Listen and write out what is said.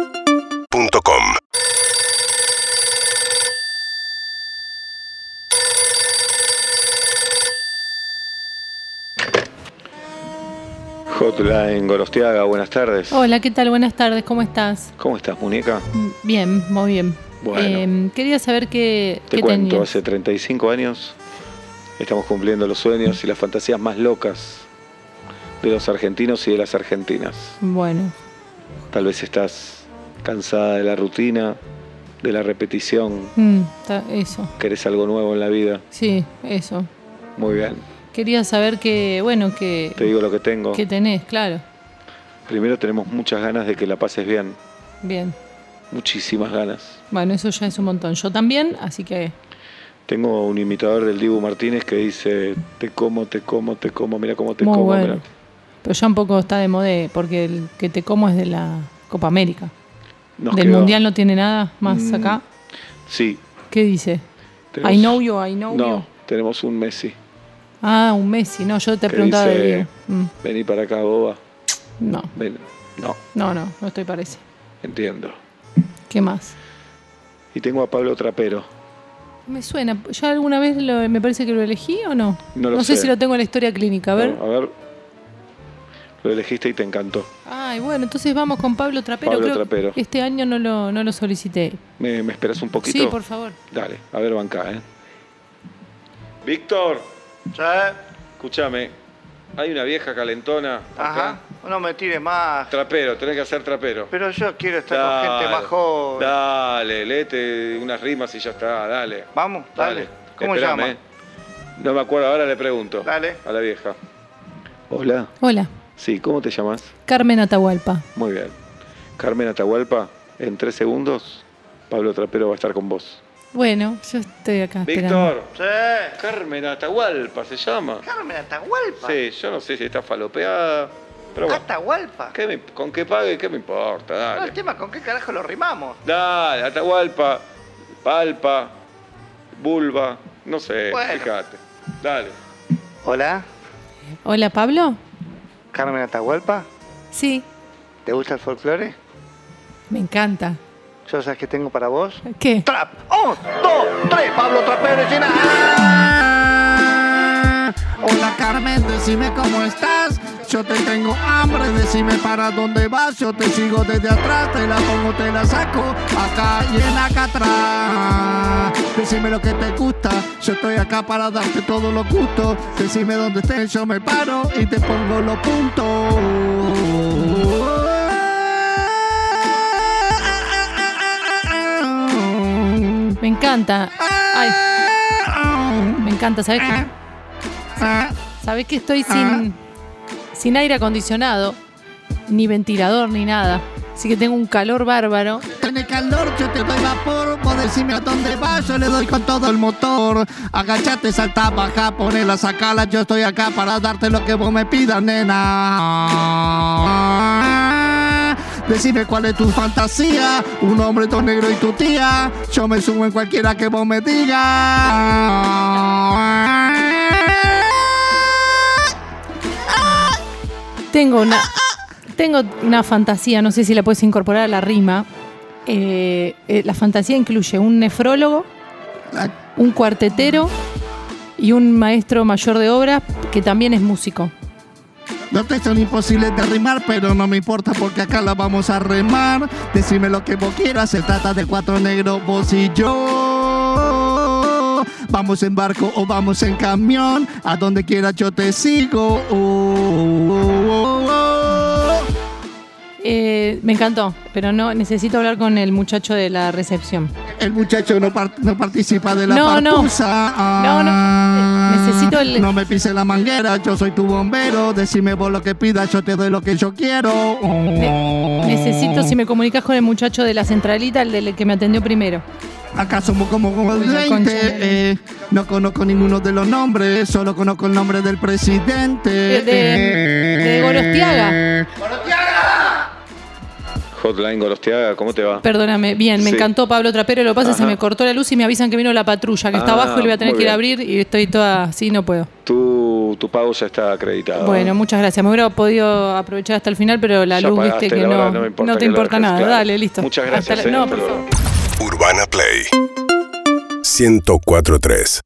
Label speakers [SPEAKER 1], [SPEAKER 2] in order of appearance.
[SPEAKER 1] UrbanaPlayFM.com
[SPEAKER 2] Hotline Gorostiaga, buenas tardes.
[SPEAKER 3] Hola, ¿qué tal? Buenas tardes, ¿cómo estás?
[SPEAKER 2] ¿Cómo estás, muñeca?
[SPEAKER 3] Bien, muy bien.
[SPEAKER 2] Bueno.
[SPEAKER 3] Eh, quería saber qué,
[SPEAKER 2] Te
[SPEAKER 3] qué
[SPEAKER 2] cuento,
[SPEAKER 3] tenías.
[SPEAKER 2] hace 35 años estamos cumpliendo los sueños y las fantasías más locas de los argentinos y de las argentinas.
[SPEAKER 3] Bueno,
[SPEAKER 2] Tal vez estás cansada de la rutina, de la repetición,
[SPEAKER 3] mm, ta- eso,
[SPEAKER 2] querés algo nuevo en la vida.
[SPEAKER 3] sí, eso.
[SPEAKER 2] Muy bien,
[SPEAKER 3] Quería saber que, bueno, que,
[SPEAKER 2] te digo lo que tengo.
[SPEAKER 3] que tenés, claro.
[SPEAKER 2] Primero tenemos muchas ganas de que la pases bien,
[SPEAKER 3] Bien.
[SPEAKER 2] muchísimas ganas.
[SPEAKER 3] Bueno, eso ya es un montón. Yo también, así que
[SPEAKER 2] Tengo un imitador del Dibu Martínez que dice, te como, te como, te como, mira cómo te
[SPEAKER 3] muy
[SPEAKER 2] como.
[SPEAKER 3] bueno.
[SPEAKER 2] mirá".
[SPEAKER 3] Pero ya un poco está de modé, porque el que te como es de la Copa América.
[SPEAKER 2] Nos
[SPEAKER 3] Del
[SPEAKER 2] quedó-
[SPEAKER 3] Mundial no tiene nada más
[SPEAKER 2] Mm,
[SPEAKER 3] acá.
[SPEAKER 2] Sí.
[SPEAKER 3] ¿Qué dice?
[SPEAKER 2] tenemos-
[SPEAKER 3] I know you, I know you.
[SPEAKER 2] No, tenemos un Messi.
[SPEAKER 3] Ah, un Messi. No, yo te
[SPEAKER 2] Que
[SPEAKER 3] preguntaba de
[SPEAKER 2] dice-
[SPEAKER 3] Diego. Mm,
[SPEAKER 2] Vení para acá, boba.
[SPEAKER 3] no,
[SPEAKER 2] Ven. No,
[SPEAKER 3] no, no, no estoy para eso.
[SPEAKER 2] entiendo.
[SPEAKER 3] ¿Qué más?
[SPEAKER 2] Y tengo a Pablo Trapero.
[SPEAKER 3] Me suena. ¿Ya alguna vez lo- me parece que lo elegí o no?
[SPEAKER 2] No lo
[SPEAKER 3] sé.
[SPEAKER 2] sé.
[SPEAKER 3] si lo tengo en la historia clínica. A ver.
[SPEAKER 2] No, Lo elegiste y te encantó.
[SPEAKER 3] Ay, bueno, entonces vamos con Pablo Trapero.
[SPEAKER 2] Pablo
[SPEAKER 3] Creo que
[SPEAKER 2] Trapero.
[SPEAKER 3] Este año no lo, no lo solicité.
[SPEAKER 2] ¿Me, me esperas un poquito?
[SPEAKER 3] Sí, por favor.
[SPEAKER 2] Dale, a ver, banca, ¿eh? Víctor. Escúchame. Hay una vieja calentona
[SPEAKER 4] Ajá.
[SPEAKER 2] acá.
[SPEAKER 4] No me tires más.
[SPEAKER 2] Trapero, tenés que hacer trapero.
[SPEAKER 4] Pero yo quiero estar con gente más joven.
[SPEAKER 2] Dale, léete unas rimas y ya está, dale.
[SPEAKER 4] Vamos, dale. ¿Cómo
[SPEAKER 2] Esperame,
[SPEAKER 4] llama?
[SPEAKER 2] eh. No me acuerdo, ahora le pregunto.
[SPEAKER 4] Dale.
[SPEAKER 2] A la vieja. Hola.
[SPEAKER 3] Hola,
[SPEAKER 2] Sí, ¿cómo te llamas?
[SPEAKER 3] Carmen Atahualpa.
[SPEAKER 2] Muy bien. Carmen Atahualpa, en tres segundos, Pablo Trapero va a estar con vos.
[SPEAKER 3] Bueno, yo estoy acá esperando.
[SPEAKER 2] Víctor.
[SPEAKER 4] Sí.
[SPEAKER 2] Carmen Atahualpa se llama.
[SPEAKER 4] Carmen Atahualpa.
[SPEAKER 2] Sí, yo no sé si está falopeada, pero bueno.
[SPEAKER 4] Atahualpa.
[SPEAKER 2] ¿Qué me- con qué pague, qué me importa,
[SPEAKER 4] No, el
[SPEAKER 2] dale.
[SPEAKER 4] tema es con qué carajo lo rimamos.
[SPEAKER 2] Dale, Atahualpa, Palpa, Bulba, no sé,
[SPEAKER 4] Bueno.
[SPEAKER 2] fíjate. Dale.
[SPEAKER 4] Hola,
[SPEAKER 3] Hola, Pablo.
[SPEAKER 4] Carmen Atahualpa.
[SPEAKER 3] Sí,
[SPEAKER 4] ¿Te gusta el folclore?
[SPEAKER 3] me encanta.
[SPEAKER 4] ¿Yo sabes qué tengo para vos?
[SPEAKER 3] ¿Qué?
[SPEAKER 4] Trap. Un, dos, tres. Pablo Trapero y
[SPEAKER 5] Hola Carmen, decime cómo estás. Yo te tengo hambre, decime para dónde vas. Yo te sigo desde atrás, te la pongo, te la saco. Acá y en acá atrás. Decime lo que te gusta. Yo estoy acá para darte todos los gustos. Decime dónde estés, yo me paro y te pongo los puntos.
[SPEAKER 3] Me encanta. Ay, me encanta. ¿Sabes que, sabés que estoy sin, sin aire acondicionado, ni ventilador, ni nada? Así que tengo un calor bárbaro.
[SPEAKER 5] Tiene calor, yo te doy vapor. Vos decime a dónde vas, yo le doy con todo el motor. Agachate, salta, baja, ponela, sacala. Yo estoy acá para darte lo que vos me pidas, nena. Decime cuál es tu fantasía. Un hombre, dos negros y tu tía. Yo me sumo en cualquiera que vos me digas.
[SPEAKER 3] Tengo una, tengo una fantasía, no sé si la puedes incorporar a la rima. Eh, eh, la fantasía incluye un nefrólogo, un cuartetero y un maestro mayor de obras que también es músico.
[SPEAKER 5] Los textos son imposibles de rimar, pero no me importa porque acá la vamos a remar. Decime lo que vos quieras, se trata de cuatro negros, vos y yo. Vamos en barco o vamos en camión, a donde quieras yo te sigo. Oh, oh, oh, oh.
[SPEAKER 3] Eh, me encantó, pero no necesito hablar con el muchacho de la recepción.
[SPEAKER 5] El muchacho no, par- no participa de la
[SPEAKER 3] No, no.
[SPEAKER 5] partusa.
[SPEAKER 3] No, no.
[SPEAKER 5] Ah.
[SPEAKER 3] Necesito el-
[SPEAKER 5] No me pise la manguera, yo soy tu bombero. Decime vos lo que pidas, yo te doy lo que yo quiero.
[SPEAKER 3] Ne- necesito si me comunicas con el muchacho de la centralita, el del que me atendió primero.
[SPEAKER 5] Acá somos como, como
[SPEAKER 3] Uy, la
[SPEAKER 5] 20,
[SPEAKER 3] concha de-
[SPEAKER 5] eh, no conozco ninguno de los nombres, solo conozco el nombre del presidente.
[SPEAKER 3] Eh, De, de- de Gorostiaga.
[SPEAKER 2] Hotline Gorostiaga, ¿cómo te va?
[SPEAKER 3] Perdóname, bien, me
[SPEAKER 2] Sí.
[SPEAKER 3] encantó Pablo Trapero, lo que pasa es que se
[SPEAKER 2] Ajá.
[SPEAKER 3] me cortó la luz y me avisan que vino la patrulla, que está
[SPEAKER 2] Ah,
[SPEAKER 3] abajo y le voy a tener
[SPEAKER 2] muy
[SPEAKER 3] que ir a
[SPEAKER 2] bien.
[SPEAKER 3] abrir y estoy toda así, no puedo.
[SPEAKER 2] ¿Tú tu, tu pago ya está acreditado.
[SPEAKER 3] Bueno, muchas gracias. Me hubiera podido aprovechar hasta el final, pero la
[SPEAKER 2] Ya
[SPEAKER 3] luz,
[SPEAKER 2] pagaste
[SPEAKER 3] viste que
[SPEAKER 2] la
[SPEAKER 3] no,
[SPEAKER 2] hora,
[SPEAKER 3] no,
[SPEAKER 2] me importa
[SPEAKER 3] te
[SPEAKER 2] que lo
[SPEAKER 3] importa
[SPEAKER 2] dejes,
[SPEAKER 3] nada.
[SPEAKER 2] claro.
[SPEAKER 3] Dale, listo.
[SPEAKER 2] Muchas
[SPEAKER 3] Hasta
[SPEAKER 2] gracias.
[SPEAKER 3] la-
[SPEAKER 2] eh,
[SPEAKER 3] no,
[SPEAKER 2] hasta
[SPEAKER 3] por
[SPEAKER 2] luego.
[SPEAKER 3] favor.
[SPEAKER 1] Urbana Play 1043